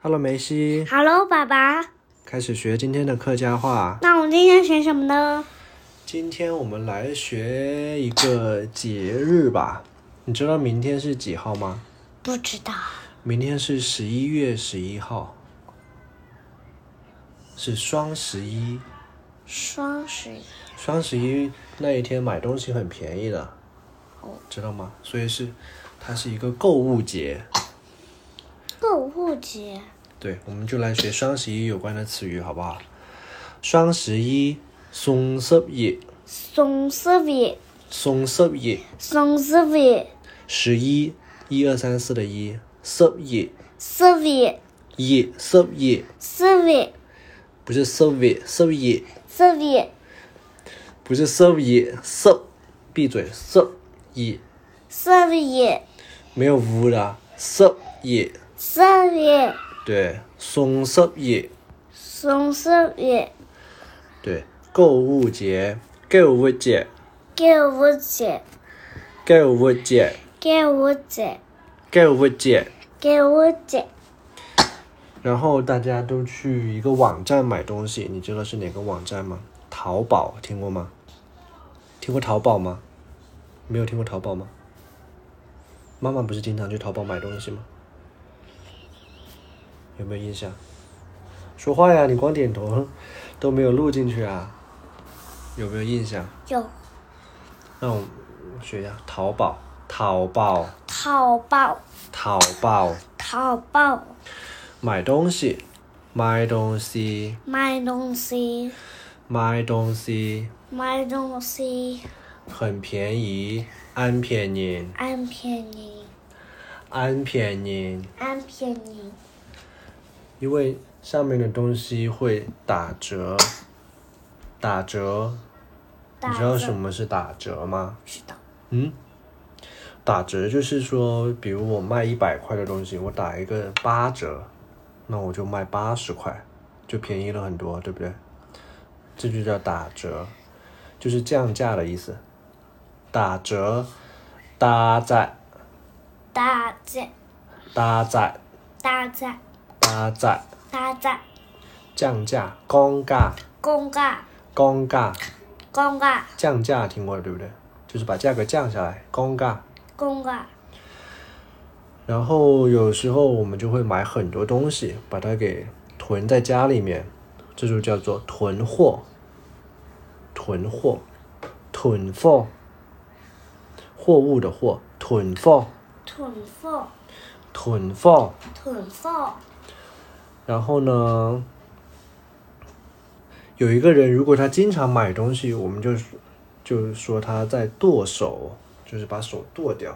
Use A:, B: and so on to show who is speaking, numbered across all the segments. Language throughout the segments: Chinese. A: Hello，梅西，
B: Hello，爸爸。
A: 开始学今天的客家话。
B: 那我们今天学什么呢？
A: 今天我们来学一个节日吧。你知道明天是几号吗？
B: 不知道。
A: 明天是十一月十一号，是双十一。
B: 双十一。
A: 双十一那一天买东西很便宜的，知道吗？所以是它是一个购物节。
B: 购物节。
A: 对，我们就来学双十一有关的词语，好不好？双十一，双十一，
B: 双十一。
A: 双十一，
B: 双十一。
A: 十一，一二三四的一，十一，
B: 十一。
A: 一十一，
B: 十一。
A: 不是十一，十一，
B: 十一。
A: 不是十一，十，闭嘴，十一，
B: 十一。
A: 没有五的，十一，
B: 十一。
A: 对，双十一，
B: 双十一。
A: 对，购物节，购物节，
B: 购物节。
A: 购物节，
B: 购物节。
A: 购物节。
B: 购物节。
A: 然后大家都去一个网站买东西，你知道是哪个网站吗？淘宝听过吗？听过淘宝吗？没有听过淘宝吗？妈妈不是经常去淘宝买东西吗？有没有印象？说话呀，你光点头都没有录进去啊？有没有印象？
B: 有
A: 那我学一下淘宝，淘宝，
B: 淘宝。
A: 淘宝，
B: 淘宝。
A: 买东西，买东西，
B: 买东西。
A: 买东西。
B: 买东西。
A: 很便宜，安便宜，
B: 按便宜。
A: 安便宜，
B: 按便宜。
A: 因为上面的东西会打折，打折，你知道什么是打折吗？
B: 知道。
A: 嗯，打折就是说，比如我卖一百块的东西，我打一个八折，那我就卖八十块，就便宜了很多，对不对？这就叫打折，就是降价的意思。打折，搭载，
B: 大赞
A: 搭载。
B: 大赞
A: 打折、
B: 大赞，
A: 降价、公价、
B: 公告
A: 公价、
B: 公告
A: 降价，听过了对不对？就是把价格降下来，公价。
B: 公告
A: 然后有时候我们就会买很多东西，把它给囤在家里面，这就叫做囤货。囤货，囤货，货物的货，囤货，
B: 囤货
A: 囤货。
B: 囤货
A: 然后呢，有一个人如果他经常买东西，我们就就说他在剁手，就是把手剁掉，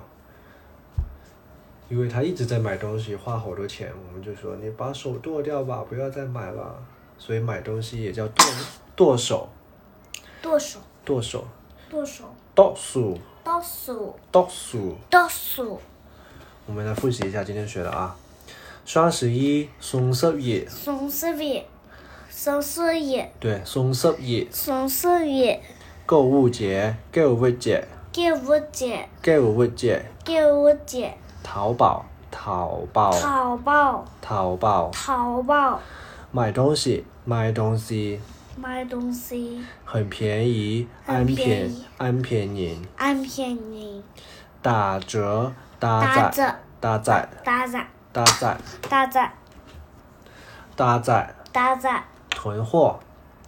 A: 因为他一直在买东西，花好多钱，我们就说你把手剁掉吧，不要再买了。所以买东西也叫剁剁手，
B: 剁手
A: 剁手，
B: 剁手
A: 剁手，
B: 剁手
A: 剁手。
B: 剁手
A: 我们来复习一下今天学的啊，双十一，双十一，
B: 双十一双十一
A: 对，双十一，
B: 双十一
A: 购物节，购物节。
B: 购物节
A: 购物节，
B: 购物节
A: 淘宝，淘宝，
B: 淘宝
A: 淘宝，
B: 淘宝
A: 买东西，买东西，
B: 买东西
A: 很便宜，安
B: 很便
A: 便
B: 宜，
A: 安便宜，
B: 按便宜
A: 打折，
B: 打
A: 打折，
B: 折
A: 打折，
B: 大赞
A: 打折，
B: 大赞
A: 打折，
B: 大赞
A: 囤货，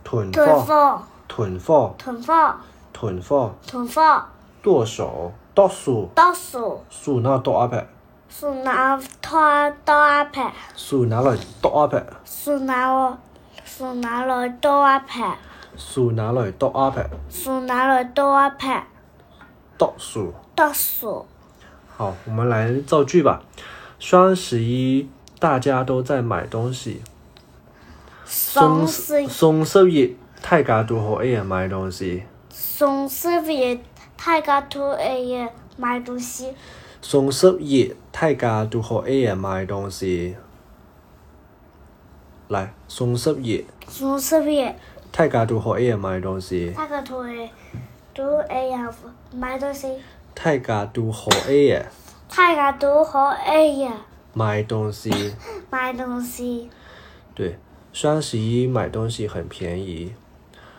A: 囤
B: 囤
A: 货，
B: 货
A: 囤货，
B: 囤货
A: 囤货，
B: 囤货
A: 剁手，剁手，
B: 剁手。
A: 手拿剁阿拍，
B: 是拿他到阿牌，
A: 手拿来剁阿拍，
B: 是拿我，是拿了到阿牌，
A: 手拿来剁阿拍，
B: 是拿了到阿牌，
A: 剁手。
B: 到手
A: 好，我们来造句吧。双十一大家都在买东西，
B: 双十一
A: 双十一大家都好爱买东西，
B: 双十一，大家都爱买东西，
A: 双十一大家都好爱买东西。来，双十一
B: 双十一，
A: 大家都好爱买东西，
B: 大家都爱都爱买东西，
A: 大哎家都好爱
B: 大家都好爱
A: 买东西。
B: 买东西。
A: 对，双十一买东西很便宜，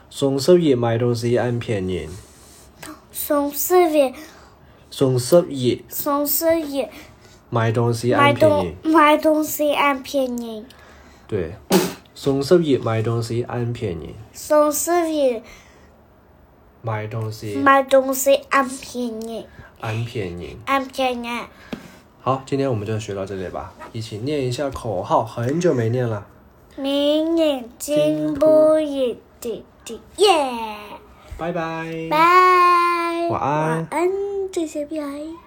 A: 双十一买东西很便宜，
B: 双十一，
A: 双十一
B: 双十一
A: 买东西
B: 买
A: 很便
B: 东
A: 宜。
B: 买东西很便宜，
A: 对，双十一买东西很便宜，
B: 双十一
A: 买东西
B: 买东西很便宜，
A: 很便宜。
B: 很便宜。
A: 好，今天我们就学到这里吧，一起念一下口号，很久没念了，
B: 明年进步一点点，耶！
A: 拜拜。
B: 拜，
A: 晚安
B: 晚安，这些屁孩。